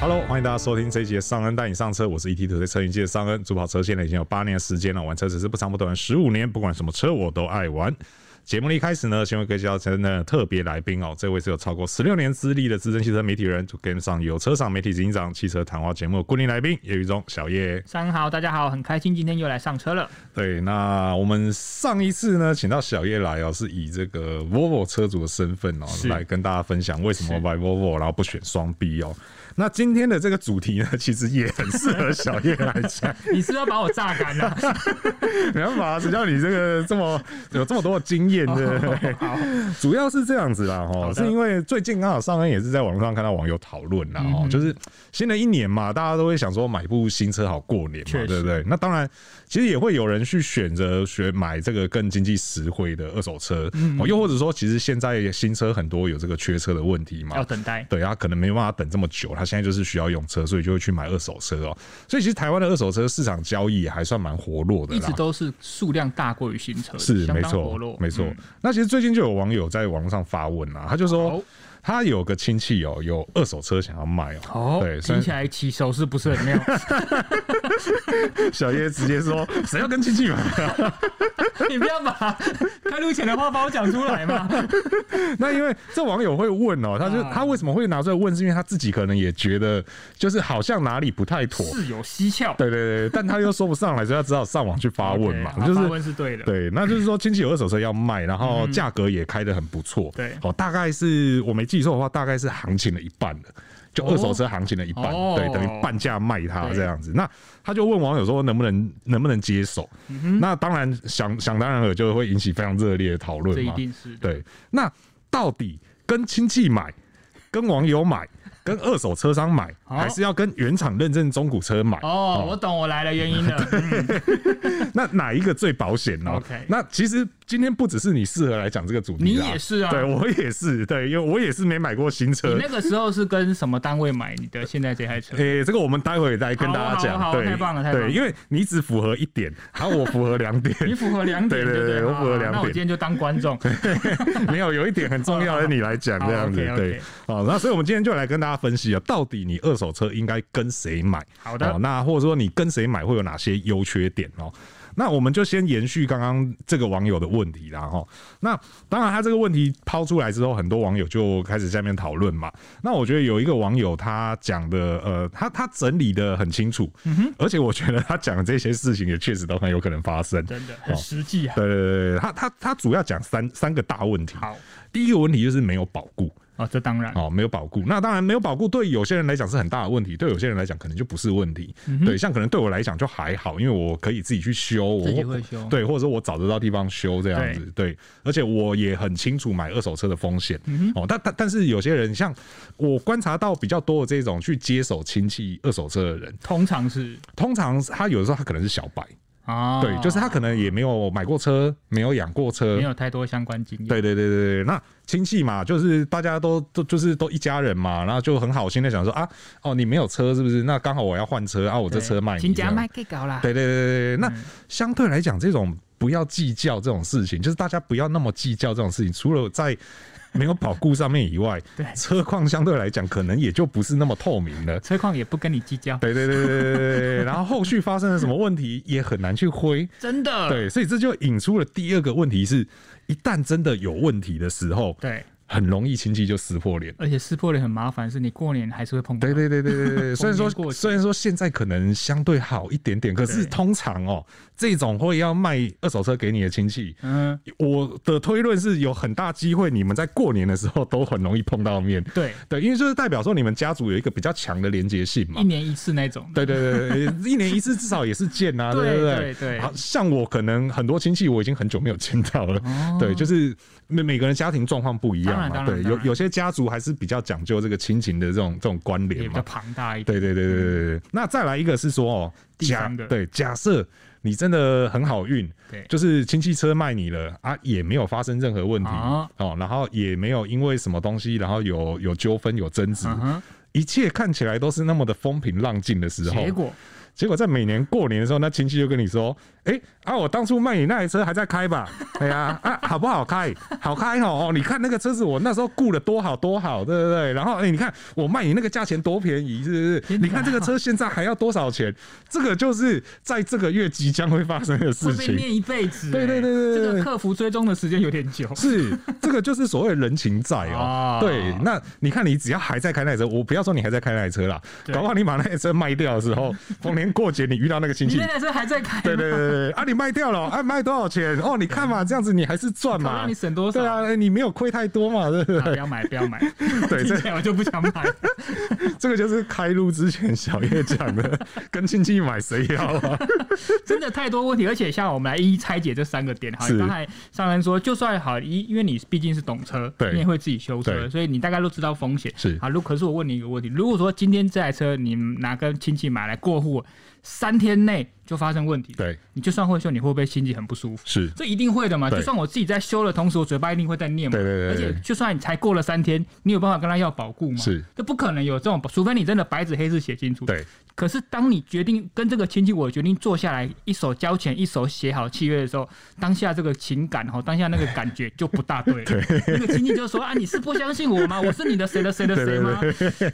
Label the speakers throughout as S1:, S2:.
S1: Hello，欢迎大家收听这一节尚恩带你上车，我是 ET 土 y 车云界的尚恩，主跑车现在已经有八年的时间了，玩车只是不长不短，十五年，不管什么车我都爱玩。节目的一开始呢，先为各位介绍真的特别来宾哦，这位是有超过十六年资历的资深汽车媒体人，就跟上有车赏媒体执行长汽车谈话节目的固定来宾叶宇中小叶。
S2: 三好，大家好，很开心今天又来 上车了。
S1: 对，那我们上一次呢，请到小叶来哦，是以这个 Volvo 车主的身份哦，
S2: 是
S1: 来跟大家分享为什么买 Volvo 然后不选双 B 哦。那今天的这个主题呢，其实也很适合小叶来讲，
S2: 你是不是要把我榨干啊了、
S1: 没办法，只要你这个这 么有这么多的经验，对不对？主要是这样子啦，哦，
S2: 的
S1: 是因为最近刚好上恩也是在网上看到网友讨论啦，
S2: 嗯
S1: 哦、就是新的一年嘛，大家都会想说买部新车好过年嘛，
S2: 确实
S1: 对不对？那当然，其实也会有人去选择学买这个更经济实惠的二手车，
S2: 嗯
S1: 哦，又或者说，其实现在新车很多有这个缺车的问题嘛，
S2: 要等待。
S1: 对，他可能没办法等这么久，他现在就是需要用车，所以就会去买二手车哦。所以其实台湾的二手车市场交易也还算蛮活络的
S2: 一
S1: 啦
S2: 直。都是数量大过于新车的，
S1: 是
S2: 相
S1: 没
S2: 当活
S1: 错
S2: 络，嗯
S1: 没错。那其实最近就有网友在网络上发问啊，他就
S2: 好
S1: 说他有个亲戚哦，有二手车想要卖
S2: 哦，
S1: 对，所以
S2: 听起来起手是不是很妙？
S1: 小叶直接 说谁要跟亲戚买啊？
S2: 你不要把开路前的话帮我讲出 来嘛。
S1: 那因为这网友会问哦，他就
S2: 啊
S1: 他为什么会拿出来问，是因为他自己可能也觉得就是好像哪里不太妥。
S2: 事有蹊跷，
S1: 对对对，但他又说不上来，所以他只好上网去发问嘛
S2: OK，好，
S1: 就
S2: 发
S1: 是
S2: 问是对的。
S1: 对，那就是说亲戚有二手车要卖，然后价格也开得很不错。
S2: 嗯对
S1: 哦，大概是我没记错的话，大概是行情的一半了。就二手车行情的一半，
S2: 哦
S1: 对，等于半价卖它
S2: 对
S1: 这样子。那他就问网友说能不能能不能接手？
S2: 嗯
S1: 那当然想想当然了，就会引起非常热烈的讨论
S2: 这一
S1: 嘛。
S2: 定是的。
S1: 对，那到底跟亲戚买、跟网友买、跟二手车商买，
S2: 哦
S1: 还是要跟原厂认证中古车买？
S2: 哦，我懂我来的原因了。嗯
S1: 那哪一个最保险呢
S2: OK
S1: 那其实今天不只是 你适合来讲这个主题啦，
S2: 你也是啊
S1: 对我也是，对，因为我也是没买过新
S2: 你
S1: 车。
S2: 那个时候是跟什么单位买你的现在这 台车？
S1: 诶、这个我们待会再跟大家
S2: 好
S1: 讲。
S2: 好好啊
S1: 对，
S2: 太棒了太棒了
S1: 对，因为你只符合一 点，然后我符合两点，
S2: 你符合两点，
S1: 对对
S2: 不
S1: 对我符合
S2: 好
S1: 两点
S2: 那我今天就当观 众。
S1: 没有有一点很重要的，你来讲
S2: 好
S1: 这样子。
S2: 好，OK，OK
S1: 对，好，那所以我们今天就来跟大家分析啊，到底你二手车应该跟谁买？
S2: 好的
S1: 哦那或者说你跟谁买会有哪些优缺点哦？那我们就先延续刚刚这个网友的问题啦，哈。那当然，他这个问题抛出来之后，很多网友就开始下面讨论嘛。那我觉得有一个网友他讲的，呃，他他整理的很清楚，而且我觉得他讲的这些事情也确实都很有可能发生。
S2: 真的很实际啊。
S1: 对对对对，他他他主要讲三三个大问题。
S2: 好，
S1: 第一个问题就是没有保固
S2: 哦，这当然。
S1: 哦，没有保固。那当然没有保固，对有些人来讲是很大的问题，对有些人来讲可能就不是问题。
S2: 嗯
S1: 对，像可能对我来讲就还好，因为我可以自己去修，我
S2: 自己会修
S1: 对，或者说我找得到地方修这样子，对。而且我也很清楚买二手车的风险、
S2: 嗯
S1: 哦。但但但是有些人像我观察到比较多的这种去接手亲戚二手车的人，
S2: 通常是
S1: 通常他有的时候他可能是小白，
S2: 啊，
S1: 对，就是他可能也没有买过车，没有养过车，
S2: 没有太多相关经验。
S1: 对对对对对，那亲戚嘛，就是大家都都就是都一家人嘛，然后就很好心的想说啊，哦，你没有车是不是？那刚好我要换车啊，我
S2: 对，
S1: 这车卖你
S2: 请
S1: 这
S2: 假
S1: 样。
S2: 卖给搞啦。
S1: 对对对对对，那相对来讲，这种不要计较这种事情，就是大家不要那么计较这种事情。除了在没有保固上面以外
S2: 对，
S1: 车况相对来讲，可能也就不是那么透明了。
S2: 车况也不跟你计较，
S1: 对对对对对对对对，然后后续发生了什么问题也很难去挥。
S2: 真的。
S1: 对，所以这就引出了第二个问题是，一旦真的有问题的时候，
S2: 对，
S1: 很容易亲戚就撕破脸。
S2: 而且撕破脸很麻烦，是你过年还是会碰到。
S1: 对对对对对 对，虽然
S2: 逢
S1: 说
S2: 年过节
S1: 虽然说现在可能相对好一点点，可是
S2: 对
S1: 通常哦，这种会要卖二手车给你的亲戚，
S2: 嗯，
S1: 我的推论是有很大机会你们在过年的时候都很容易碰到面。
S2: 对，
S1: 对，因为就是代表说你们家族有一个比较强的连结性嘛
S2: 一。年一次那种。
S1: 对对对对，一年一次至少也是见啊，
S2: 对
S1: 对不
S2: 对
S1: 对
S2: 对
S1: 好像我可能很多亲戚我已经很久没有见到了，对，就是每每个人家庭状况不一样嘛，
S2: 哦当然当
S1: 对，有
S2: 然当然
S1: 有些家族还是比较讲究这个亲情的这种这种关
S2: 也
S1: 联
S2: 比较
S1: 嘛，
S2: 庞大一点。嗯
S1: 对对对对对对对。那再来一个是说哦，
S2: 第
S1: 假
S2: 三个
S1: 对假设。你真的很好运，
S2: 对
S1: 就是亲戚车卖你了啊，也没有发生任何问题
S2: 啊
S1: 哦，然后也没有因为什么东西，然后有有纠纷有争执，
S2: 嗯哼，
S1: 一切看起来都是那么的风平浪静的时候，
S2: 结果
S1: 结果在每年过年的时候，那亲戚就跟你说：“哎、啊，我当初卖你那台车还在开吧？ 哎呀、啊，好不好开？好开哦！哦，你看那个车子，我那时候雇了多好多好，对不对？然后哎、你看我卖你那个价钱多便宜，是不是？
S2: 天哪
S1: 你看这个车现在还要多少钱？这个就是在这个月即将会发生的
S2: 会
S1: 事
S2: 被
S1: 情。
S2: 念一辈子、欸
S1: 对对对对对
S2: 这个客服追踪的时间有点久。
S1: 是，这个就是所谓人情债哦
S2: 啊。
S1: 对，那你看，你只要还在开那台车，我不要说你还在开那台车啦，
S2: 对
S1: 搞不好你把那台车卖掉的时候，逢年过节你遇到那个亲
S2: 你
S1: 戚
S2: 那，台车还在开吗，
S1: 对对对对对，啊，你卖掉了，啊，卖多少钱？哦，你看嘛，这样子你还是赚
S2: 可
S1: 嘛
S2: 让你。省多少？
S1: 对啊，你没有亏太多嘛，对不
S2: 啊不
S1: 对？
S2: 要买，不要买。
S1: 对
S2: 听起来我就不想买。
S1: 这个就是开路之前小叶讲的， 跟亲戚买谁要啊？
S2: 真的太多问题，而且像我们来一一拆解这三个点哈。
S1: 是
S2: 刚才上恩说，就算好，因因为你毕竟是懂车，
S1: 对
S2: 你也会自己修车，
S1: 对
S2: 所以你大概都知道风险。
S1: 是
S2: 啊，如可是我问你一个问题，如果说今天这台车你拿跟亲戚买来过户，三天内就发生问题，
S1: 对，
S2: 你就算会修，你会不会心里很不舒服？
S1: 是
S2: 这一定会的嘛，
S1: 对
S2: 就算我自己在修的同时，我嘴巴一定会在念嘛。
S1: 对对对对
S2: 而且就算你才过了三天，你有办法跟他要保固吗？
S1: 是，
S2: 这不可能有这种，除非你真的白纸黑字写清楚。
S1: 对，
S2: 可是当你决定跟这个亲戚，我决定坐下来，一手交钱，一手写好契约的时候，当下这个情感哈，当下那个感觉就不大对了。 那个亲戚就说啊，你是不相信我吗？我是你的谁的谁的谁吗？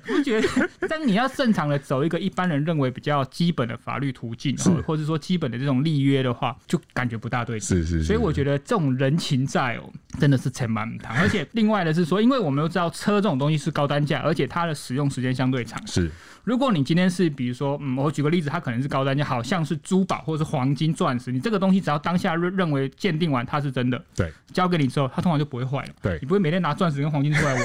S2: 不觉得？当你要正常的走一个一般人认为比较基本的法律途径，
S1: 是
S2: 哦或者说基本的这种立约的话，就感觉不大对劲。
S1: 是是，
S2: 所以我觉
S1: 得
S2: 得这种人情债哦，真的是千万不谈。而且另外的是说，因为我们都知道车这种东西是高单价，而且它的使用时间相对长。
S1: 是
S2: 如果你今天是比如说，嗯，我举个例子，它可能是高单价，好像是珠宝或是黄金、钻石，你这个东西只要当下认认为鉴定完它是真的，
S1: 对，
S2: 交给你之后，它通常就不会坏了。
S1: 对
S2: 你不会每天拿钻石跟黄金出来玩，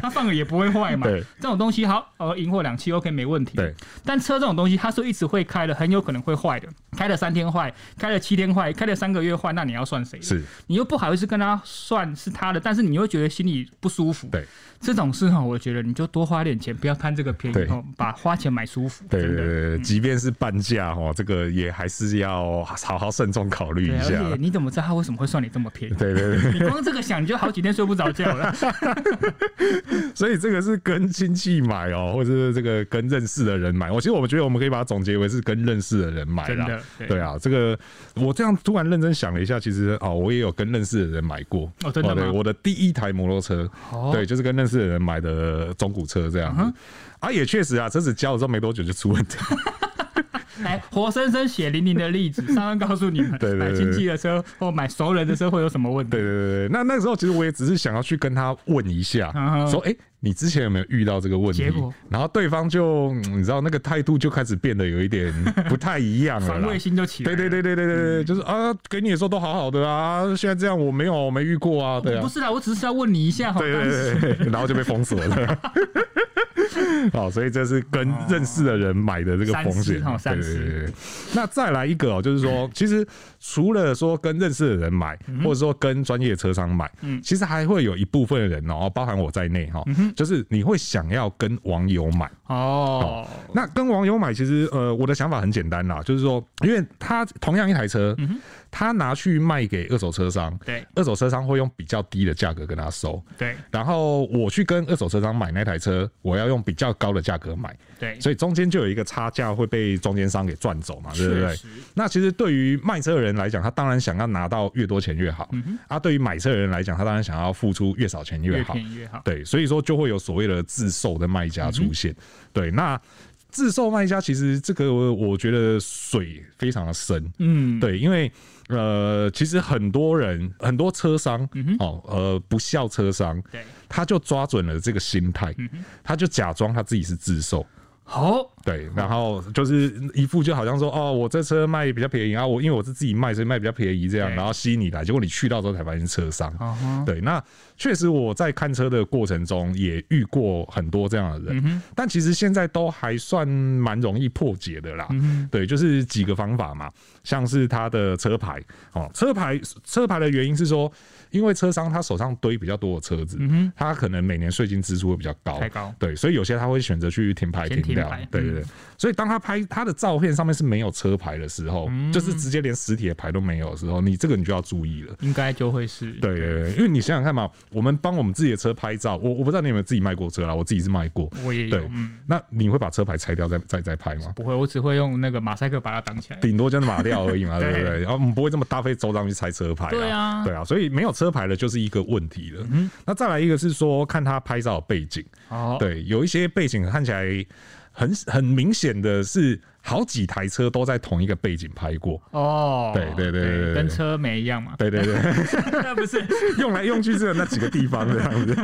S2: 它放了也不会坏嘛。
S1: 对
S2: 这种东西好，呃，赢货两期 OK 没问题。
S1: 对，
S2: 但车这种东西它是一直会开的，很有可能会坏的。开了三天坏，开了七天坏，开了三个月坏，那你要算谁的？
S1: 是，
S2: 你又不好意思跟他算是他的，但是你又觉得心里不舒服。
S1: 对，
S2: 这种事哈，我觉得你就多花点钱，不要贪这个便宜
S1: 对
S2: 哦，把花钱买舒服。
S1: 对
S2: 真
S1: 对
S2: 的
S1: 对对，即便是半价哦，这个也还是要好好慎重考虑
S2: 对
S1: 一
S2: 啊，
S1: 下
S2: 而且。你怎么知道他为什么会算你这么便宜？
S1: 对对对，
S2: 你光这个想，你就好几天睡不着觉 了。
S1: 所以这个是跟亲戚买哦，或者是这个跟认识的人买。我其实我们觉得我们可以把它总结为是跟认识的人买
S2: 真
S1: 啦。
S2: 的，对
S1: 对啊，这个我这样突然认真想了一下，其实哦，我也有跟认识的人买过。
S2: 哦真的吗
S1: 对我的第一台摩托车，
S2: 哦嗯
S1: 对，就是跟认识的人买的中古车这样子。啊，也确实啊，车子交了之后没多久就出问题。
S2: 来活生生血淋淋的例子，上恩告诉你们
S1: 对，对对
S2: 买亲戚的车或买熟人的车会有什么问
S1: 对
S2: 题？
S1: 对对对，那那时候其实我也只是想要去跟他问一下
S2: 嗯，哼
S1: 说哎、诶你之前有没有遇到这个问题
S2: 结果？
S1: 然后对方就嗯你知道那个态度就开始变得有一点不太一样了
S2: 防
S1: 啦
S2: 卫。心就起来
S1: 对
S2: 了。
S1: 对对对对对对，就是啊，给你的时候都好好的啊，现在这样我没有我没遇过啊，对啊，
S2: 不是啦，我只是要问你一下哈。
S1: 对
S2: 当时
S1: 对对对，然后就被封锁了。 好，所以这是跟认识的人买的这个风险
S2: 哦，三
S1: 对对
S2: 思哦三思嗯
S1: 对对。那再来一个哦，就是说，其实除了说跟认识的人买，或者说跟专业车商买，
S2: 嗯
S1: 其实还会有一部分人哦，包含我在内哈，就是你会想要跟网友买。
S2: 哦，
S1: 那跟网友买，其实呃，我的想法很简单啦，就是说，因为他同样一台车，他拿去卖给二手车商，
S2: 嗯对
S1: 二手车商会用比较低的价格跟他收，
S2: 对
S1: 然后我去跟二手车商买那台车，我要用比较高的价格买，
S2: 对，
S1: 所以中间就有一个差价会被中间商给赚走嘛，对不
S2: 确
S1: 对？
S2: 实
S1: 那其实对于卖车的人来讲，他当然想要拿到越多钱越好；
S2: 嗯
S1: 啊，对于买车的人来讲，他当然想要付出越少钱
S2: 越
S1: 越好
S2: 便。宜越好。
S1: 对，所以说就会有所谓的自售的卖家出
S2: 嗯
S1: 现。对，那自售卖家其实这个我我觉得水非常的深，
S2: 嗯，
S1: 对，因为呃，其实很多人很多车商、哦，呃，不孝车商，
S2: 嗯对，
S1: 他就抓准了这个心态，他就假装他自己是自售。
S2: 好，
S1: 对，然后就是一副就好像说，哦，我这车卖比较便宜啊，我因为我是自己卖，所以卖比较便宜这样，
S2: 对
S1: 然后吸引你来，结果你去到之后才发现是车商。
S2: 嗯哼
S1: 对，那确实我在看车的过程中也遇过很多这样的
S2: 嗯
S1: 人，但其实现在都还算蛮容易破解的啦。
S2: 嗯
S1: 对，就是几个方法嘛，像是他的车牌哦，车牌车牌的原因是说，因为车商他手上堆比较多的车子，他可能每年税金支出会比较高，
S2: 嗯太高
S1: 对，所以有些他会选择去停牌
S2: 先停
S1: 掉
S2: 牌，嗯
S1: 对对对。所以当他拍他的照片上面是没有车牌的时候，
S2: 嗯
S1: 就是直接连实体的牌都没有的时候，你这个你就要注意了。
S2: 应该就会是
S1: 对对对，因为你想想看嘛，我们帮我们自己的车拍照，我我不知道你有没有自己卖过车啦，我自己是卖过。
S2: 我也有
S1: 对，
S2: 嗯，
S1: 那你会把车牌拆掉再再再拍吗？
S2: 不会，我只会用那个马赛克把它挡起来。
S1: 顶多就是码掉而已 嘛，对
S2: 对
S1: 不对？然后我们不会这么大费周章去拆车牌。
S2: 对啊嗯
S1: 对啊，所以没有车牌的就是一个问题了。那再来一个是说看他拍照的背景，
S2: 哦，
S1: 对，有一些背景看起来很很明显的是好几台车都在同一个背景拍过。
S2: 哦，
S1: 对对对对对对
S2: 跟车没一样嘛，
S1: 对对对，
S2: 不是
S1: 用来用去只有那几个地方这 样子。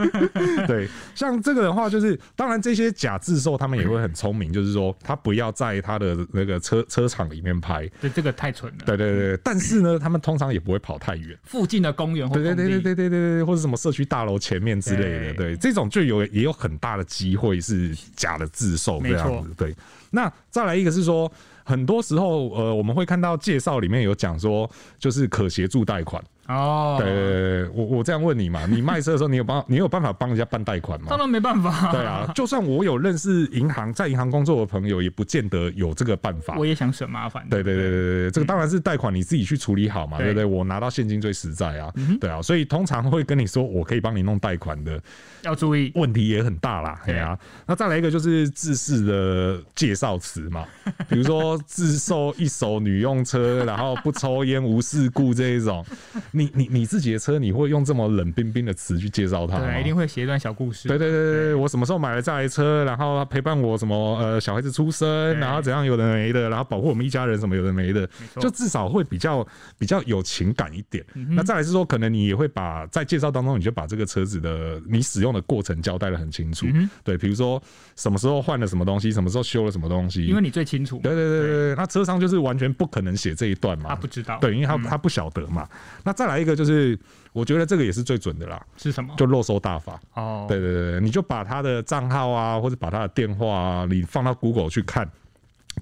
S1: 对，像这个的话，就是当然这些假自售他们也会很聪明，就是说他不要在他的那个车车厂里面拍。
S2: 对，这个太蠢了。
S1: 对对对，但是呢，他们通常也不会跑太远。
S2: 附近的哦公园或
S1: 对对对对
S2: 空地
S1: 对对对对，或者什么社区大楼前面之类的，
S2: 对
S1: 对，这种就有也有很大的机会是假的自售这样
S2: 没
S1: 子。对，那再来一个是说，很多时候呃，我们会看到介绍里面有讲说，就是可协助贷款。
S2: 哦，
S1: 对对对对，我我这样问你嘛，你卖车的时候，你有帮你有办法帮人家办贷款吗
S2: 当？然没办法，
S1: 对啊，就算我有认识银行在银行工作的朋友，也不见得有这个办法
S2: 我。也想省麻烦。
S1: 对对对对对，这个当然是贷款你自己去处理好嘛，对
S2: 对
S1: 不对？我拿到现金最实在啊，对啊，所以通常会跟你说我可以帮你弄贷款的
S2: 要注意，
S1: 问题也很大啦，哎
S2: 对
S1: 呀、那再来一个就是自式的介绍词 嘛，比如说自售一手女用车， 然后不抽烟无事故这一种，你你你自己的车你会用这么冷冰冰的词去介绍它吗
S2: 对，一？定会写一段小故事。
S1: 对对对对对，我什么时候买了这台车，然后陪伴我什么呃小孩子出生，
S2: 对
S1: 然后怎样有的没的，然后保护我们一家人什么有的没的
S2: 没，错嗯
S1: 就至少会比较比较有情感一点。那再来是说，可能你也会把在介绍当中，你就把这个车子的你使用的过程交代的很清楚。
S2: 嗯
S1: 对，比如说什么时候换了什么东西，什么时候修了什么东西。
S2: 因为你最清楚嘛，
S1: 对对对对对，那车商就是完全不可能写这一段嘛，
S2: 他啊不知嗯道
S1: 对，因为他他不晓得嘛。那再来一个就是，我觉得这个也是最准的啦，
S2: 是什么？
S1: 就漏收大法。
S2: 哦，
S1: 对对对，对你就把他的账号啊，或者把他的电话啊，你放到 Google 去看。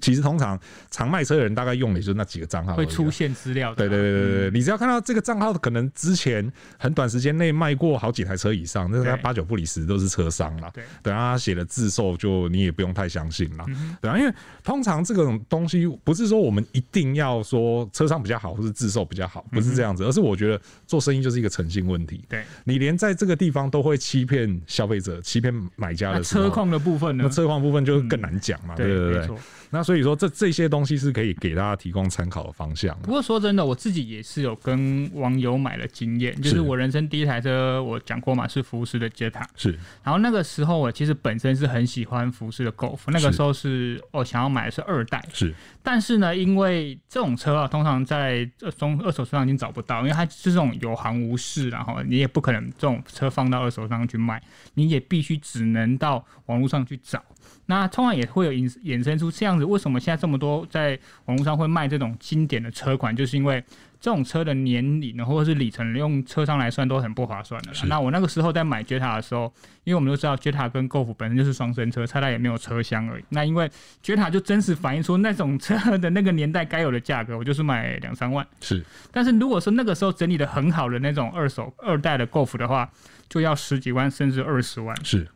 S1: 其实通常常卖车的人大概用的也就是那几个账号而已
S2: 会
S1: 啊，
S2: 出现资料的
S1: 对
S2: 啊。
S1: 对对对对，你只要看到这个账号可能之前很短时间内卖过好几台车以上，那他
S2: 对
S1: 八九不离十都是车商啦。
S2: 对嗯
S1: 等他写的自售就你也不用太相信啦。对啊，因为通常这种东西不是说我们一定要说车商比较好，或是自售比较好，不是这样子，而是我觉得做生意就是一个诚信问题。
S2: 对，
S1: 你连在这个地方都会欺骗消费者、欺骗买家
S2: 那
S1: 的时候
S2: 啊车。况的部分呢
S1: 那？车况部分就更难讲嘛，
S2: 对
S1: 对不
S2: 没
S1: 对
S2: 错？
S1: 那所以说这这些东西是可以给大家提供参考的方向啊
S2: 不过说真的，我自己也是有跟网友买的经验，就是是我人生第一台车，我讲过嘛，是福斯的捷塔。
S1: 是
S2: 然后那个时候我其实本身是很喜欢福斯的 Golf，那个
S1: 是
S2: 时候是我想要买的是二代，
S1: 是，
S2: 但是呢，因为这种车啊，通常在呃中二手市场已经找不到，因为它是这种有行无市，然后你也不可能这种车放到二手上去卖，你也必须只能到网络上去找。那通常也会有衍衍生出这样子，为什么现在这么多在网络上会卖这种经典的车款，就是因为这种车的年龄呢，或者是里程，用车商来算都很不划算的啦
S1: 是。
S2: 那我那个时候在买 Jetta 的时候，因为我们都知道 Jetta 跟 Golf 本身就是双生车，差它也没有车厢而已。那因为 Jetta 就真实反映出那种车的那个年代该有的价格，我就是买两三万。
S1: 是
S2: 但是如果说那个时候整理的很好的那种二手二代的 Golf 的话，就要十几万甚至二十万。
S1: 是，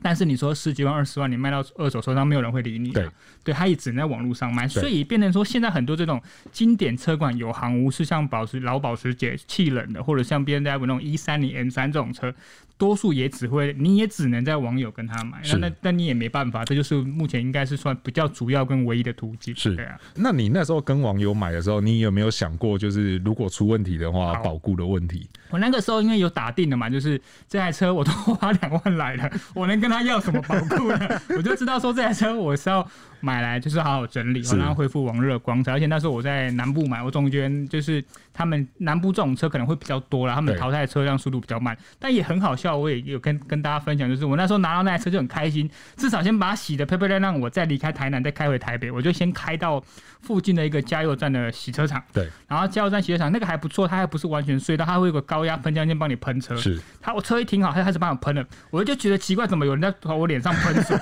S2: 但是你说十几万、二十万，你卖到二手车上，没有人会理你、啊。
S1: 对，
S2: 对，他也只能在网络上卖，
S1: 对
S2: 所以变成说，现在很多这种经典车款有行无市，像保时老保时捷气冷的，或者像 B N W 那种一三零 M 三这种车，多数也只会，你也只能在网友跟他买，
S1: 是
S2: 那那那你也没办法，这就是目前应该是算比较主要跟唯一的途径。
S1: 是
S2: 对啊，
S1: 那你那时候跟网友买的时候，你有没有想过，就是如果出问题的话，
S2: 好
S1: 保固的问题？
S2: 我那个时候因为有打定了嘛，就是这台车我都花两万来了， 我能跟他要什么保护呢？ 我就知道说这台车我是要买来就是好好整理，
S1: 是
S2: 然后恢复往日的光彩。而且那时候我在南部买，我中间就是他们南部这种车可能会比较多啦，他们
S1: 对
S2: 淘汰的车辆速度比较慢，但也很好笑。我也有跟跟大家分享，就是我那时候拿到那台车就很开心，至少先把它洗的漂漂亮亮，我再离开台南再开回台北，我就先开到附近的一个加油站的洗车场。
S1: 对，
S2: 然后加油站洗车场那个还不错，它还不是完全隧道，它会有个高压喷枪先帮你喷车。
S1: 是
S2: 它我车一停好，它就开始 帮我喷了，我就觉得奇怪，怎么有人在往我脸上喷水？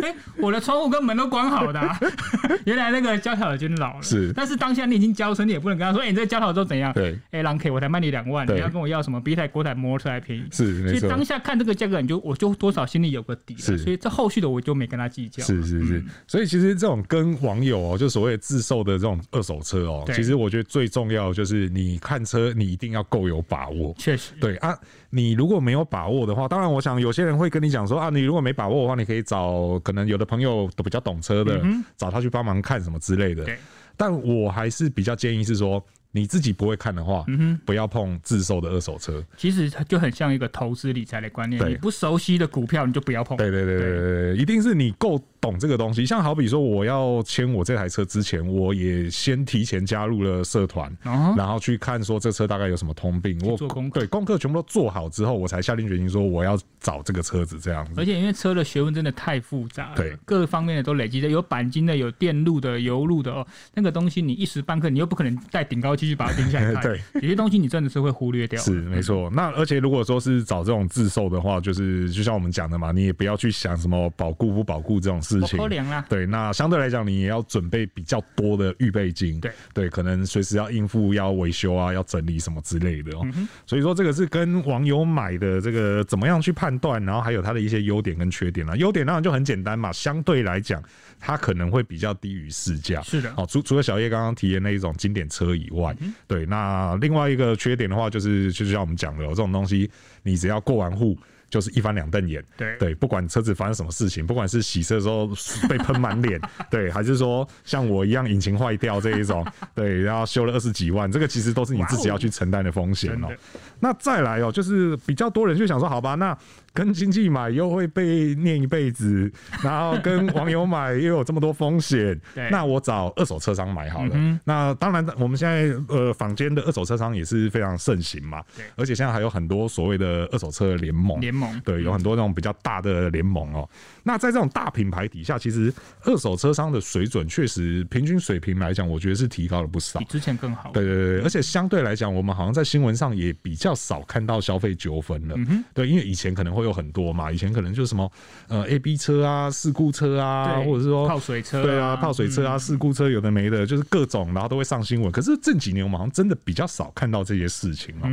S2: 哎、我的窗户跟门都关好的、啊。原来那个交条已经老了，
S1: 是
S2: 但是当下你已经交车，你也不能跟他说，哎、你这交条之后怎样？
S1: 对，
S2: 哎、狼 K，我才卖你两万，
S1: 对
S2: 你要跟我要什么？比一台国产摩托车还便宜。
S1: 是
S2: 所
S1: 没
S2: 以
S1: 错。
S2: 当下看这个价格，你就我就多少心里有个底
S1: 是
S2: 了。所以这后续的我就没跟他计较。
S1: 是是
S2: 嗯
S1: 是，所以其实这种跟网友哦、就所谓自售的这种二手车哦、
S2: 对
S1: 其实我觉得最重要的就是你看车，你一定要够有把握。
S2: 确实，
S1: 对啊，你如果没有把握的话，当然我想有些人会跟你讲说啊，你如果没把握的话，你可以找可能有的朋友都比较懂车的，
S2: 嗯
S1: 找他去帮忙看什么之类的
S2: 对。
S1: 但我还是比较建议是说，你自己不会看的话，
S2: 嗯
S1: 不要碰自售的二手车。
S2: 其实它就很像一个投资理财的观念。
S1: 对
S2: 你不熟悉的股票，你就不要碰。
S1: 对对对对对对，一定是你够懂这个东西。像好比说，我要签我这台车之前，我也先提前加入了社团，
S2: 哦
S1: 然后去看说这车大概有什么通病，我
S2: 做功课
S1: 对功课全部都做好之后，我才下定决心说我要找这个车子这样子
S2: 而。且因为车的学问真的太复杂了，
S1: 对
S2: 各方面的都累积的，有钣金的，有电路的、油路的哦，那个东西你一时半刻你又不可能带顶高机去把它盯下来 看，
S1: 对，
S2: 有些东西你真的是会忽略掉。嗯
S1: 是没错，那而且如果说是找这种自售的话，就是就像我们讲的嘛，你也不要去想什么保固不保固这种事
S2: 我
S1: 情
S2: 哦扣。粮啦，
S1: 对，那相对来讲，你也要准备比较多的预备金，
S2: 对
S1: 对，可能随时要应付要维修啊，要整理什么之类
S2: 嗯
S1: 的哦。所以说，这个是跟网友买的这个怎么样去判断，然后还有它的一些优点跟缺点啊。优点当然就很简单嘛，相对来讲，它可能会比较低于市价，哦
S2: 是的嗯
S1: 好，除除了小叶刚刚提的那一种经典车以外，对，那另外一个缺点的话，就是就像我们讲的、哦，这种东西你只要过完户。就是一翻两瞪眼，
S2: 对
S1: 对，不管车子发生什么事情，不管是洗车的时候被喷满 脸，对，还是说像我一样引擎坏掉这一 种，对，然后修了二十几万，这个其实都是你自己要去承担的风险哦、
S2: 真的
S1: 那再来哦、就是比较多人就想说，好吧，那跟经济买又会被念一辈子，然后跟网友买又有这么多风险
S2: 对，嗯
S1: 那我找二手车商买好了。那当然，我们现在呃坊间的二手车商也是非常盛行嘛
S2: 对，
S1: 而且现在还有很多所谓的二手车联盟。
S2: 联盟
S1: 对，有很多那种比较大的联盟哦。那在这种大品牌底下，其实二手车商的水准确实平均水平来讲，我觉得是提高了不少
S2: 比。之前更好。
S1: 对对对，而且相对来讲，我们好像在新闻上也比较少看到消费纠纷了。对，因为以前可能会有很多嘛，以前可能就是什么呃 A B 车啊、事故车啊，
S2: 对
S1: 或者是说
S2: 泡水车、嗯
S1: 对啊泡水车啊、事故车有的没的，就是各种，然后都会上新闻。可是这几年我们好像真的比较少看到这些事情了、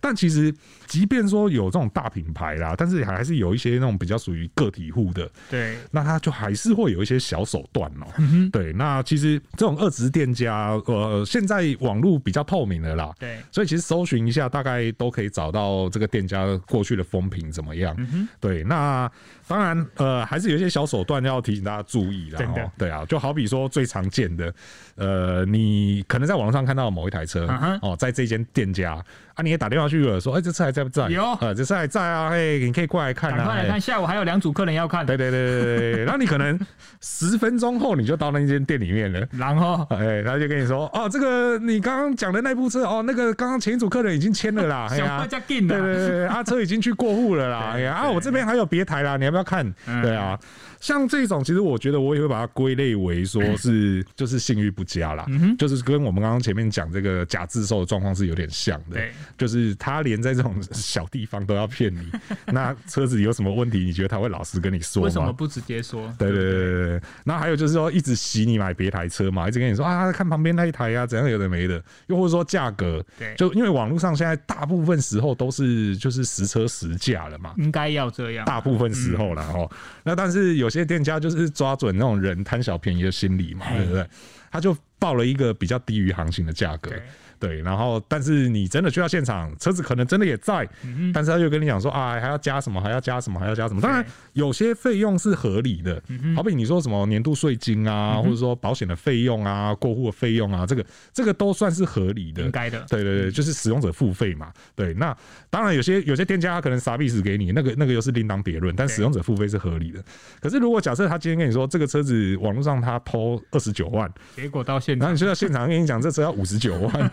S1: 但其实，即便说有这种大品牌啦，但是还是有一些那种比较属于个体户的，
S2: 对，
S1: 那他就还是会有一些小手段哦、对，那其实这种二职店家，呃，现在网络比较透明了啦。
S2: 对
S1: 所以其实搜寻一下，大概都可以找到这个店家过去的风评怎么样。
S2: 嗯
S1: 对，那当然，呃，还是有一些小手段要提醒大家注意啦、
S2: 真的
S1: 哦对啊，就好比说最常见的，呃，你可能在网络上看到某一台车、
S2: 嗯哼
S1: 哦，在这间店家啊，你也打电话去了，说，哎、这车还在不在？
S2: 有
S1: 呃，这车还在啊，嘿，你可以过来看
S2: 赶
S1: 啊。
S2: 快来
S1: 嘿
S2: 看，下午还有两组客人要看，
S1: 对对对对对对，然后你可能十分钟后你就到那间店里面了。
S2: 然后
S1: 哎，他就跟你说，哦，这个你刚刚讲的那部车，哦，那个刚刚前一组客人已经签了啦，哎
S2: 小
S1: 呀
S2: 客，加进
S1: 对对
S2: 了，
S1: 对对，啊，车已经去过户了啦，哎呀，啊，我这边还有别台啦，你要不要看？
S2: 嗯
S1: 对啊，像这种，其实我觉得我也会把它归类为说
S2: 嗯
S1: 是就是信誉不佳啦，就是跟我们刚刚前面讲这个假自售的状况是有点像的
S2: 对，
S1: 就是他连在这种小地方都要骗 你，那车子有什么问题，你觉得他会老实跟你说吗？
S2: 为什么不直接说？
S1: 对对对对对，然后还有就是说一直洗你买别台车嘛，一直跟你说啊，看旁边那一台啊，怎样有的没的，又或者说价格，
S2: 对
S1: 就因为网络上现在大部分时候都是就是实车实价了嘛。
S2: 应该要这样。
S1: 大部分时候啦，
S2: 嗯
S1: 哦，那但是有些店家就是抓准那种人贪小便宜的心理嘛，
S2: 嘿
S1: 对不对？他就报了一个比较低于行情的价格
S2: 对，
S1: 对，然后但是你真的去到现场，车子可能真的也在，但是他就跟你讲说啊，还要加什么，还要加什么，还要加什么。当然
S2: 嗯对嗯
S1: 有些费用是合理的，好比你说什么年度税金啊，或者说保险的费用啊、过户的费用啊，这个这个都算是合理的，
S2: 应该的
S1: 对对对，就是使用者付费嘛。对，那当然有些有些店家他可能傻逼死给你，那个那个又是另当别论，但
S2: 对
S1: 使用者付费是合理的。可是如果假设他今天跟你说这个车子网络上他抛二十九万，
S2: 结果到现
S1: 然
S2: 在
S1: 后你去到现场跟你讲这车要五十九万，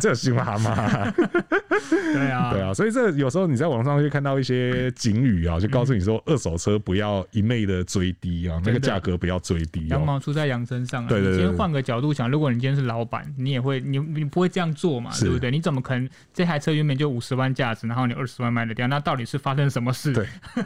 S1: 这有心妈妈。
S2: 对 啊
S1: 对，啊，所以这有时候你在网上会看到一些警语啊，就告诉你说二手车不要一昧的追低啊，那个
S2: 真的
S1: 价格不要追低
S2: 羊
S1: 哦。
S2: 毛出在羊身上啊！
S1: 对对对
S2: 你今天换个角度想，如果你今天是老板，你也会你你不会这样做嘛，
S1: 是
S2: 对不对？你怎么可能这台车原本就五十万价值，然后你二十万卖得掉？那到底是发生什么事？
S1: 对，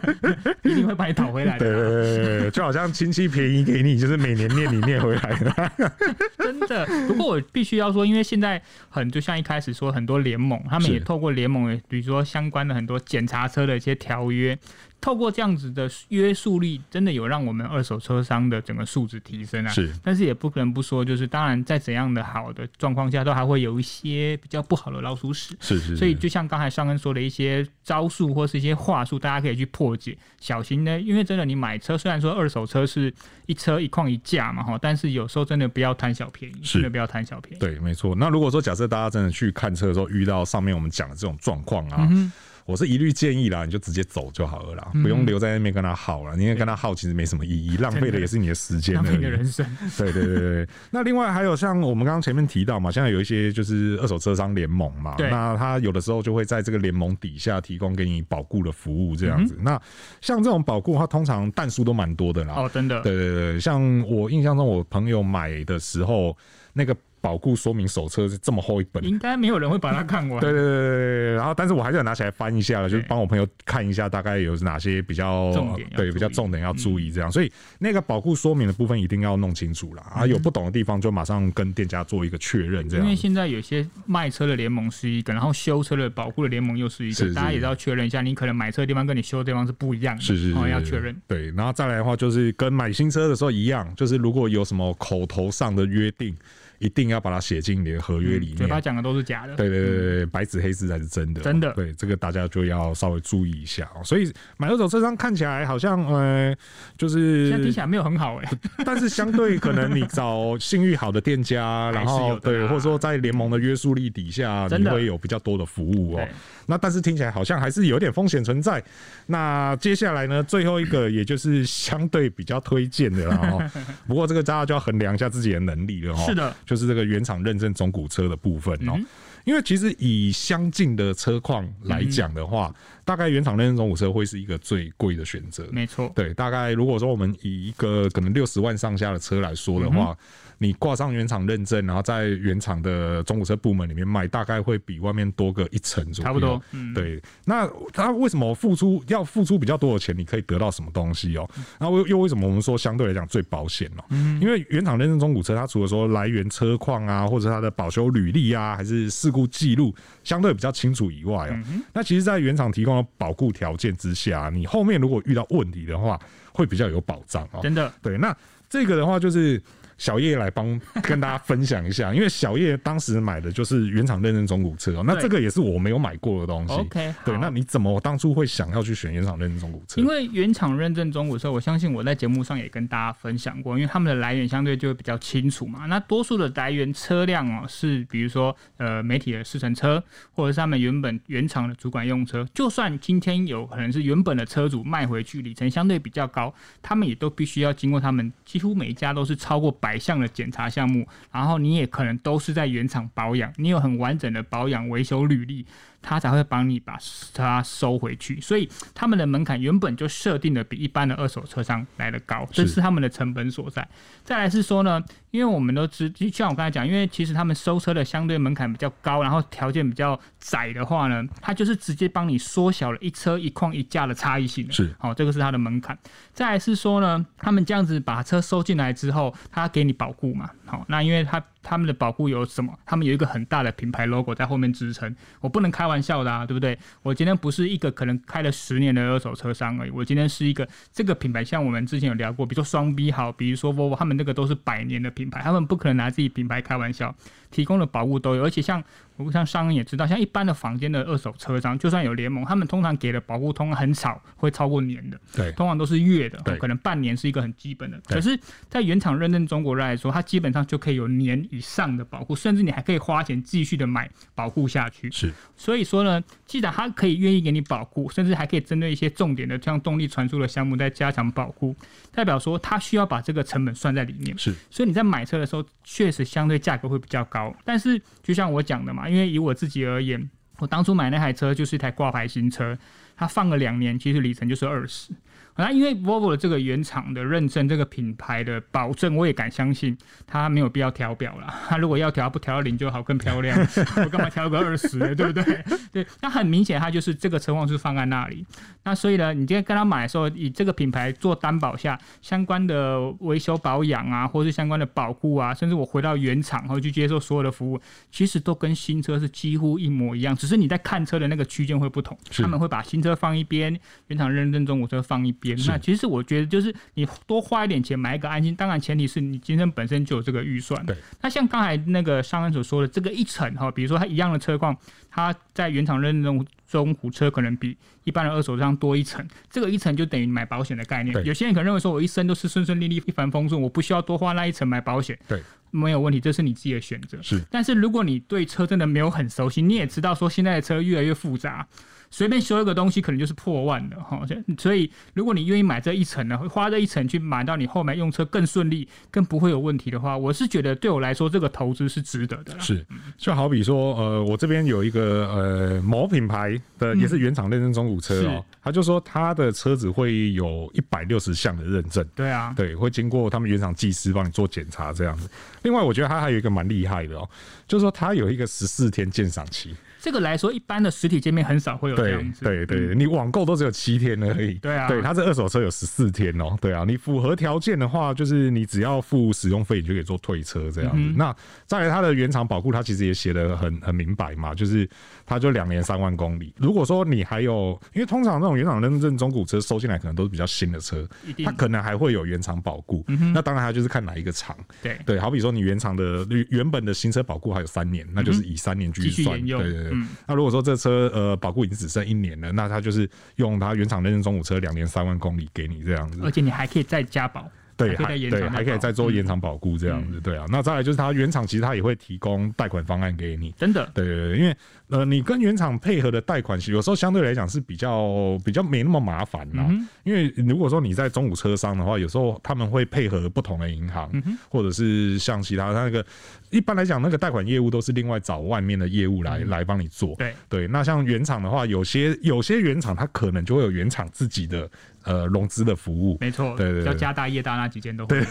S2: 一定会把你讨回来
S1: 对对
S2: 的啊，
S1: 对对对，就好像亲戚便宜给你，就是每年念你念回来的。
S2: 真的。不过我必须要说，因为现在很就像一开始说，很多联盟他们
S1: 是
S2: 也透过联盟，比如说相关的很多检查车的一些条约。透过这样子的约束力，真的有让我们二手车商的整个素质提升 啊！
S1: 是
S2: 但是也不能不说，就是当然在怎样的好的状况下，都还会有一些比较不好的老鼠屎。
S1: 是是，
S2: 所以就像刚才上恩说的一些招数或是一些话术，大家可以去破解，小心呢。因为真的，你买车虽然说二手车是一车一况一价嘛哈，但是有时候真的不要贪小便宜，
S1: 是
S2: 真的不要贪小便宜。
S1: 对，没错。那如果说假设大家真的去看车的时候遇到上面我们讲的这种状况
S2: 嗯
S1: 啊，我是一律建议啦，你就直接走就好了啦，不用留在那边跟他耗了，因为跟他耗其实没什么意义，浪费的也是你的时间
S2: 浪
S1: 而
S2: 费你的人
S1: 已。
S2: 生，
S1: 对对对 对。那另外还有像我们刚刚前面提到嘛，现在有一些就是二手车商联盟嘛，
S2: 对
S1: 那他有的时候就会在这个联盟底下提供给你保固的服务这样子。
S2: 嗯
S1: 那像这种保固，它通常弹数都蛮多的啦。
S2: 哦，真的，
S1: 对对对，像我印象中，我朋友买的时候，那个保固说明手册是这么厚一本。
S2: 应该没有人会把它看完。
S1: 对对对对对，然后但是我还是要拿起来翻一下了，就是
S2: 对
S1: 帮我朋友看一下大概有哪些比较
S2: 重点要
S1: 对
S2: 注
S1: 比较
S2: 意嗯
S1: 重点要注意这样，所以那个保固说明的部分一定要弄清楚了啊，有不懂的地方就马上跟店家做一个确认这
S2: 因为
S1: 样。
S2: 现在有些卖车的联盟是一个，然后修车的保护的联盟又是一个，
S1: 是是
S2: 大家也要确认一下，你可能买车的地方跟你修的地方是不一样的，
S1: 是是是
S2: 哦，
S1: 是，
S2: 要确认。
S1: 对，然后再来的话就是跟买新车的时候一样，就是如果有什么口头上的约定，一定要把它写进你的合约里面。
S2: 嗯嘴巴讲的都是假 的，
S1: 对对对对对，白纸黑字才是真的哦，
S2: 嗯真的
S1: 对这个大家就要稍微注意一下哦。所以买二手车商看起来好像呃，就
S2: 现在听
S1: 是
S2: 起，来没有很好哎、
S1: 但是相对可能你找信誉好的店家，然
S2: 还是
S1: 后
S2: 有的啦
S1: 对，或者说在联盟的约束力底下，
S2: 真
S1: 你
S2: 的
S1: 会有比较多的服务哦
S2: 对。
S1: 那但是听起来好像还是有点风险存在。那接下来呢，最后一个也就是相对比较推荐的啦 哦。不过这个大家就要衡量一下自己的能力了哦。
S2: 是的，
S1: 就是这个原厂认证中古车的部分
S2: 嗯
S1: 哦。因为其实以相近的车况来讲的话，
S2: 嗯
S1: 大概原厂认证中古车会是一个最贵的选择。
S2: 没错，
S1: 对，大概如果说我们以一个可能六十万上下的车来说的
S2: 嗯
S1: 话，你挂上原厂认证，然后在原厂的中古车部门里面卖，大概会比外面多个一成左右。
S2: 差不多嗯
S1: 哦对，那他为什么付出要付出比较多的钱，你可以得到什么东西哦？然后又又为什么我们说相对来讲最保险哦？因为原厂认证中古车，它除了说来源车况啊，或者它的保修履历啊，还是事故记录相对比较清楚以外哦，那其实，在原厂提供的保固条件之下，你后面如果遇到问题的话，会比较有保障哦。
S2: 真的
S1: 对，那这个的话就是小叶来帮跟大家分享一 下，因为小叶当时买的就是原厂认证中古车哦，那
S2: 对
S1: 这个也是我没有买过的东西。
S2: OK
S1: 对，
S2: 好
S1: 那你怎么当初会想要去选原厂认证中古车？
S2: 因为原厂认证中古车，我相信我在节目上也跟大家分享过，因为他们的来源相对就会比较清楚嘛。那多数的来源车辆哦，是比如说呃媒体的试乘车，或者是他们原本原厂的主管用车。就算今天有可能是原本的车主卖回去，里程相对比较高，他们也都必须要经过他们几乎每一家都是超过百项的检查项目，然后你也可能都是在原厂保养，你有很完整的保养维修履历，他才会帮你把它收回去。所以他们的门槛原本就设定的比一般的二手车商来的高，这
S1: 是
S2: 是他们的成本所在。再来是说呢，因为我们都知，就像我刚才讲，因为其实他们收车的相对门槛比较高，然后条件比较窄的话呢，它就是直接帮你缩小了一车一况一价的差异性了。
S1: 是
S2: 好、这个是它的门槛。再来是说呢，他们这样子把车收进来之后，他给你保固嘛，好、那因为他他们的保固有什么？他们有一个很大的品牌 logo 在后面支撑，我不能开玩笑的啊，对不对？我今天不是一个可能开了十年的二手车商而已，我今天是一个这个品牌，像我们之前有聊过，比如说双 B 好，比如说 Volvo，他们那个都是百年的品牌，他们不可能拿自己品牌开玩笑，提供的保护都有，而且像我像商人也知道，像一般的房间的二手车商，就算有联盟，他们通常给的保护通常很少会超过年的，
S1: 对
S2: 通常都是月的，
S1: 对
S2: 可能半年是一个很基本的。
S1: 对
S2: 可是，在原厂认证中国来说，它基本上就可以有年以上的保护，甚至你还可以花钱继续的买保护下去。
S1: 是
S2: 所以说呢，既然它可以愿意给你保护，甚至还可以针对一些重点的像动力传输的项目再加强保护，代表说它需要把这个成本算在里面。
S1: 是
S2: 所以你在买车的时候，确实相对价格会比较高。但是就像我讲的嘛，因为以我自己而言，我当初买那台车就是一台挂牌新车，它放了两年，其实里程就是二十。那因为 Volvo 的这个原厂的认证，这个品牌的保证，我也敢相信它没有必要调表啦。它如果要调，不调到零就好，更漂亮。 我干嘛调个二十，对不对？对，那很明显它就是这个车况是放在那里。那所以呢，你今天跟他买的时候，以这个品牌做担保下，相关的维修保养啊，或是相关的保护啊，甚至我回到原厂然后去接受所有的服务，其实都跟新车是几乎一模一样，只是你在看车的那个区间会不同。
S1: 是
S2: 他们会把新车放一边，原厂认证中古车放一边。
S1: 是
S2: 那其实我觉得就是你多花一点钱买一个安心，当然前提是你今天本身就有这个预算。
S1: 对。
S2: 那像刚才那个上恩所说的这个一层哈，比如说它一样的车况，它在原厂认证中古车可能比一般的二手车上多一层，这个一层就等于买保险的概念
S1: 对。
S2: 有些人可能认为说我一生都是顺顺利利、一帆风顺，我不需要多花那一层买保险。
S1: 对，
S2: 没有问题，这是你自己的选择。
S1: 是
S2: 但是如果你对车真的没有很熟悉，你也知道说现在的车越来越复杂，随便修一个东西可能就是破万的哈。所以所以如果你愿意买这一层呢，花这一层去买到你后面用车更顺利、更不会有问题的话，我是觉得对我来说这个投资是值得的啦。
S1: 是，就好比说，呃，我这边有一个呃某品牌的
S2: 嗯
S1: 也是原厂认证中古车哦，他就说他的车子会有一百六十项的认证，
S2: 对啊，
S1: 对，会经过他们原厂技师帮你做检查这样子。另外，我觉得他还有一个蛮厉害的哦，就是说他有一个十四天鉴赏期，
S2: 这个来说一般的实体界面很少会有这
S1: 对
S2: 样子。嗯
S1: 对对，你网购都只有七天而已。
S2: 对啊
S1: 对，它这二手车有十四天哦、对啊，你符合条件的话，就是你只要付使用费，你就可以做退车这样
S2: 嗯
S1: 子。那再来，它的原厂保固，它其实也写的很很明白嘛，就是它就两年三万公里。如果说你还有，因为通常这种原厂认证中古车收进来，可能都是比较新的车
S2: 一，定嗯
S1: 它可能还会有原厂保固。那当然，它就是看哪一个厂。
S2: 对
S1: 对，好比说你原厂的原本的新车保固还有三年，那就是以三年继
S2: 嗯继续
S1: 续算。
S2: 沿用
S1: 对对对。
S2: 嗯
S1: 那如果说这车呃保固已经只剩一年了，那它就是用它原厂认证中古车两年三万公里给你这样子。
S2: 而且你还可以再加保，
S1: 对，
S2: 呃还
S1: 还
S2: 可以再嗯延
S1: 对，
S2: 长，
S1: 还可以再。做延长保固这样子，对啊。那再来就是它原厂其实它也会提供贷款方案给你，
S2: 真的，
S1: 对对对，因为呃，你跟原厂配合的贷款，有时候相对来讲是比较比较没那么麻烦啦、因为如果说你在中古车商的话，有时候他们会配合不同的银行，或者是像其他他那个，一般来讲那个贷款业务都是另外找外面的业务来、来帮你做。
S2: 对
S1: 嗯对，那像原厂的话，有些有些原厂它可能就会有原厂自己的呃融资的服务。
S2: 没错，
S1: 对对对
S2: 要加大业大那几件都会。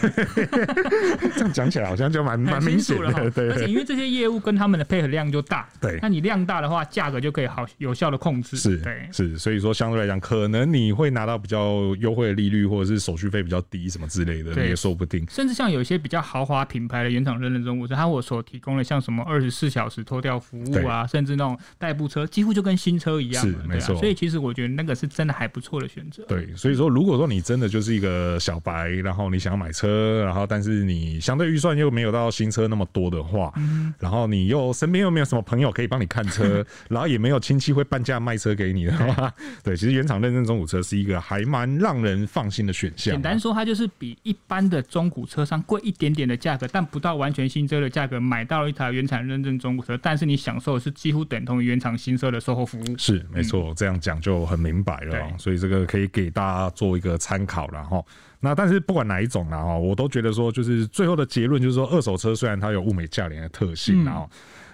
S1: 这样讲起来好像就蛮蛮
S2: 很
S1: 明显
S2: 清楚了哈
S1: 的，对
S2: 而且
S1: 对
S2: 因为这些业务跟他们的配合量就大，
S1: 对
S2: 那你量大的话，价格就可以好有效的控制，
S1: 是
S2: 对，
S1: 是，所以说相对来讲，可能你会拿到比较优惠的利率，或者是手续费比较低什么之类的，
S2: 对
S1: 你也说不定。
S2: 甚至像有一些比较豪华品牌的原厂认证中古车，它我所提供的像什么二十四小时拖吊服务啊，甚至那种代步车，几乎就跟新车一样了，
S1: 是
S2: 对啊
S1: 没错
S2: 所以其实我觉得那个是真的还不错的选择，
S1: 对，所以说，如果说你真的就是一个小白，然后你想要买车，然后但是你相对预算又没有到新车那么多的话，
S2: 嗯
S1: 然后你又身边又没有什么朋友可以帮你看车， 然后也没有亲戚会半价卖车给你的话，对，其实原厂认证中古车是一个还蛮让人放心的选项啊。
S2: 简单说，它就是比一般的中古车商贵一点点的价格，但不到完全新车的价格，买到一台原厂认证中古车，但是你享受的是几乎等同于原厂新车的售后服务。
S1: 是没错，这样讲就很明白了哦、
S2: 嗯对
S1: 所以这个可以给大家做一个参考了哈。那但是不管哪一种啦哈，我都觉得说，就是最后的结论就是说，二手车虽然它有物美价廉的特性
S2: 嗯
S1: 啦哦，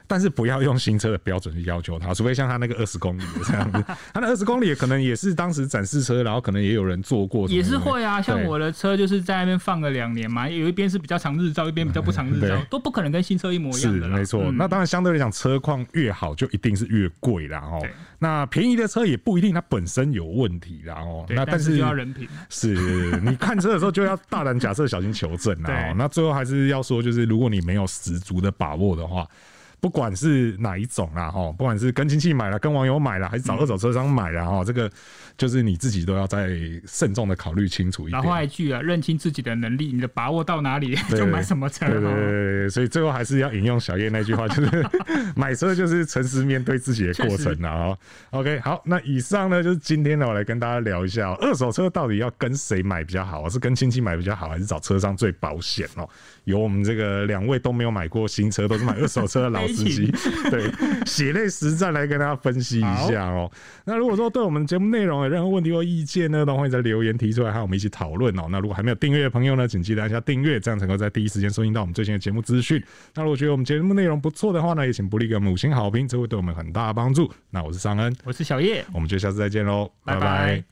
S1: 但是不要用新车的标准去要求它，除非像它那个二十公里的这样 子，它那二十公里也可能也是当时展示车，然后可能也有人做过什么
S2: 也
S1: 的，
S2: 是会啊，像
S1: 对
S2: 我的车就是在那边放了两年嘛，有一边是比较常日照，一边比较不常日照
S1: 对，
S2: 都不可能跟新车一模一
S1: 是
S2: 样的啦。
S1: 没错，
S2: 嗯
S1: 那当然相对来讲，车况越好就一定是越贵啦哦
S2: 对。
S1: 那便宜的车也不一定它本身有问题啦哦。
S2: 对
S1: 那
S2: 但
S1: 是
S2: 就要人品，啊
S1: 是你看车的时候就要大胆假设，小心求证啊、
S2: 对
S1: 那最后还是要说，就是如果你没有十足的把握的话，不管是哪一种啦，哈，不管是跟亲戚买了、跟网友买了，还是找二手车商买了，哈、这个就是你自己都要再慎重的考虑清楚一
S2: 然后
S1: 点。
S2: 还一句啊，认清自己的能力，你的把握到哪里
S1: 对
S2: 就买什么车
S1: 对对对
S2: 哦。
S1: 对对，所以最后还是要引用小叶那句话，就是 买车就是诚实面对自己的过程啊、哦。OK，好，那以上呢就是今天呢，我来跟大家聊一下、哦、二手车到底要跟谁买比较好啊？是跟亲戚买比较好，还是找车商最保险哦？有我们这个两位都没有买过新车，都是买二手车的老司 机，对，血泪实战来跟大家分析一下哦。那如果说对我们节目内容有任何问题或意见呢，都欢迎在留言提出来，和我们一起讨论哦。那如果还没有订阅的朋友呢，请记得按下订阅，这样才能够在第一时间收听到我们最新的节目资讯。那如果觉得我们节目内容不错的话呢，也请不吝给我们五星好评，这会对我们很大的帮助。那我是尚恩，
S2: 我是小叶，
S1: 我们就下次再见喽，
S2: 拜
S1: 拜拜
S2: 拜